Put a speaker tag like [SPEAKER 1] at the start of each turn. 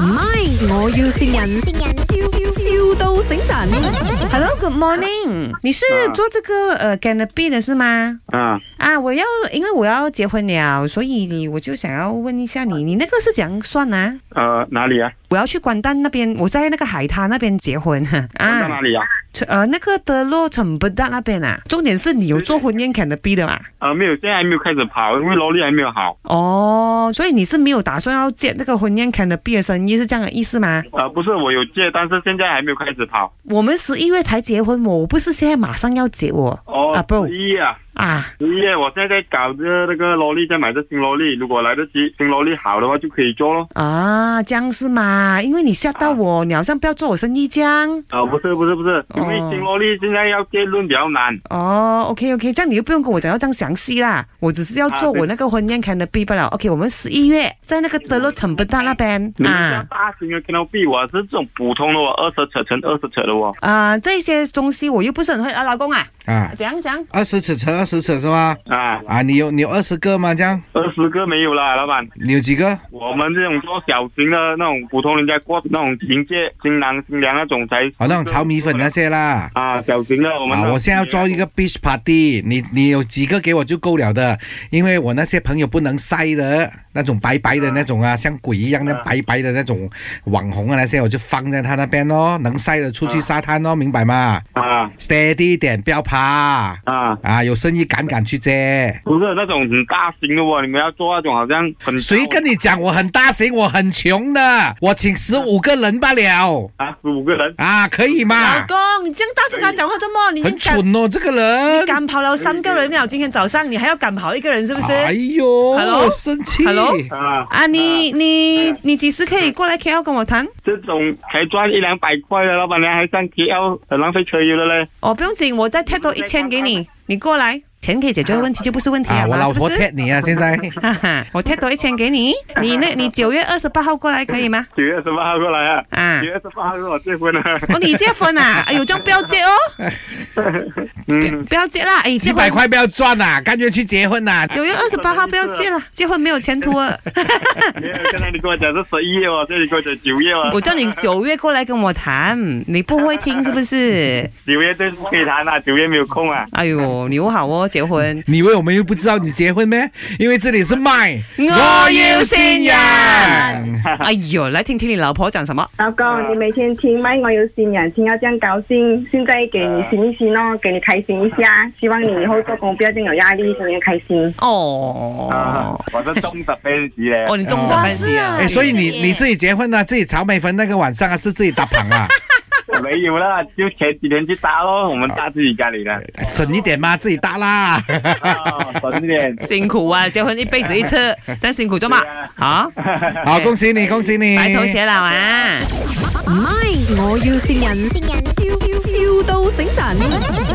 [SPEAKER 1] 唔係，我要善人，笑笑到醒神。
[SPEAKER 2] Hello，Good morning，你是做这个呃 canopy 的是吗？
[SPEAKER 3] 啊，
[SPEAKER 2] 啊，我要因为我要结婚了，所以我就想要问一下你，你那个是怎样算啊？
[SPEAKER 3] 呃，哪里啊？
[SPEAKER 2] 我要去关丹那边，我在那个海滩那边结婚
[SPEAKER 3] 在哪
[SPEAKER 2] 啊，
[SPEAKER 3] 里啊？
[SPEAKER 2] 呃，那个德洛城布达那边啊。重点是你有做婚宴 canopy 的嘛？
[SPEAKER 3] 呃，没有，现在还没有开始跑，因为劳力还没有好。
[SPEAKER 2] 哦，所以你是没有打算要接那个婚宴 canopy 的生意是这样的意思吗？
[SPEAKER 3] 呃，不是，我有借，但是现在还没有开始跑。
[SPEAKER 2] 我们十一月才结婚，我不是现在马上要结我
[SPEAKER 3] 哦，
[SPEAKER 2] 啊，bro
[SPEAKER 3] 十一月啊，
[SPEAKER 2] 啊。
[SPEAKER 3] 十一月，我现在在搞着那个劳力，在买这新劳力，如果来得及，新劳力好的话就可以做咯。
[SPEAKER 2] 啊，这样是嘛？因为你吓到我，你好像不要做我生意这样。
[SPEAKER 3] 啊、不是，不是，不是，因为
[SPEAKER 2] 哦
[SPEAKER 3] 新劳力现在要结论比较难。
[SPEAKER 2] 哦，OK OK，这样你又不用跟我讲要这样详细啦，我只是要
[SPEAKER 3] 啊
[SPEAKER 2] 做
[SPEAKER 3] 对
[SPEAKER 2] 我那个婚宴 canopy 罢了。OK，我们十一月在那个德洛城本大那边
[SPEAKER 3] 你们家
[SPEAKER 2] 啊。
[SPEAKER 3] 大型的 canopy，我是这种普通的哦，二十尺乘二十尺的哦。
[SPEAKER 2] 啊、这些东西我又不是很会啊，老公啊，
[SPEAKER 4] 啊，
[SPEAKER 2] 怎样怎样？
[SPEAKER 4] 二十尺乘二十尺是吗？
[SPEAKER 3] 啊，
[SPEAKER 4] 啊，你有你有二十个吗？这样
[SPEAKER 3] 二十个没有啦，老板。
[SPEAKER 4] 你有几个？
[SPEAKER 3] 我们这种做小型的那种普通人家过那种迎接新郎新娘那种才
[SPEAKER 4] 哦，那种炒米粉那些啦。
[SPEAKER 3] 啊，小型的我们
[SPEAKER 4] 啊，
[SPEAKER 3] 的
[SPEAKER 4] 我现在要做一个 beach party，你你有几个给我就够了的，因为我那些朋友不能晒的那种白白的那种啊，像鬼一样那白白的那种网红啊那些，我就放在他那边咯，能晒的出去沙滩咯，明白吗
[SPEAKER 3] 啊
[SPEAKER 4] ？steady 一点，不要怕
[SPEAKER 3] 啊，
[SPEAKER 4] 啊，有生意赶赶去接。
[SPEAKER 3] 不是那种很大型的哦，你们要做那种好像很
[SPEAKER 4] 谁跟你讲我很大型，我很穷的，我请十五个人罢了
[SPEAKER 3] 啊十五个人
[SPEAKER 4] 啊，可以
[SPEAKER 2] 老
[SPEAKER 4] 吗？
[SPEAKER 2] 公，你这样大声跟他讲话做么？你已
[SPEAKER 4] 很
[SPEAKER 2] 经赶
[SPEAKER 4] 蠢哦，这个人。
[SPEAKER 2] 赶跑了三个人了，今天早上你还要赶跑一个人是不是？
[SPEAKER 4] 哎呦
[SPEAKER 2] Hello？
[SPEAKER 4] 生气。
[SPEAKER 2] Hello？
[SPEAKER 3] 啊
[SPEAKER 2] 啊，你你你几时可以过来 KL 跟我谈？
[SPEAKER 3] 这种才赚一两百块的，老板娘还上 KL 很浪费车油的嘞。
[SPEAKER 2] 哦，不用紧，我再贴多一千给你，你过来，钱可以解决的问题就不是问题
[SPEAKER 4] 哎
[SPEAKER 2] 了
[SPEAKER 4] 啊，我
[SPEAKER 2] 嘛，
[SPEAKER 4] 老
[SPEAKER 2] 哎是不
[SPEAKER 4] 婆
[SPEAKER 2] 是？
[SPEAKER 4] 踢你啊，现在。
[SPEAKER 2] 哈哈，我贴多一千给你，你 那你九月二十八号过来可以吗？
[SPEAKER 3] 九月十八号过来啊，
[SPEAKER 2] 啊
[SPEAKER 3] 九，月十八号是我结婚了。
[SPEAKER 2] 哦，你结婚啊？ 哎呦，这样不要结哦，
[SPEAKER 3] 嗯，
[SPEAKER 2] 不要结啦，哎，
[SPEAKER 4] 几
[SPEAKER 2] 结
[SPEAKER 4] 百
[SPEAKER 2] 婚。
[SPEAKER 4] 块不要赚啦、甘愿去结婚啊啦、
[SPEAKER 2] 九月二十八号不要结了，结婚没有前途啊！
[SPEAKER 3] 没有，刚才你跟我讲是十一月哦，这里跟我讲九月哦，
[SPEAKER 2] 我叫你九月过来跟我谈，你不会听是不是？
[SPEAKER 3] 九月这是可以谈啊，九月没有空啊。
[SPEAKER 2] 哎呦，你又好哦，结婚。
[SPEAKER 4] 你以为我们又不知道你结婚咩？因为这里是卖，
[SPEAKER 2] 我要先人
[SPEAKER 4] 人。
[SPEAKER 2] 哎呦，来听听你老婆讲什么。
[SPEAKER 5] 老
[SPEAKER 3] 啊
[SPEAKER 5] 公，你每天听麦，我有新人，听到这样高兴，现在给你醒一醒哦，给你开心一下。希望你以后做工不要这样有压力，天天开心。
[SPEAKER 2] 哦
[SPEAKER 3] 啊，，我是忠实 fans 嘞。
[SPEAKER 2] 哦，你忠实
[SPEAKER 4] 哇
[SPEAKER 2] 分析啊！
[SPEAKER 4] 哎，所以你你自己结婚呢、啊自己炒米粉那个晚上啊，是自己搭棚 啊，
[SPEAKER 3] 没有啦，就前几天去搭咯，我们搭自己家里的。
[SPEAKER 4] 省一点嘛，自己搭啦。
[SPEAKER 2] 哎
[SPEAKER 3] 啊，省一点。
[SPEAKER 2] 辛苦啊，结婚一辈子一次，真辛苦做嘛
[SPEAKER 3] 对啊？
[SPEAKER 2] 好，
[SPEAKER 4] 好，恭喜你，恭喜你，
[SPEAKER 2] 白头偕老啊！
[SPEAKER 1] 唔係，我要善人，笑笑到醒神。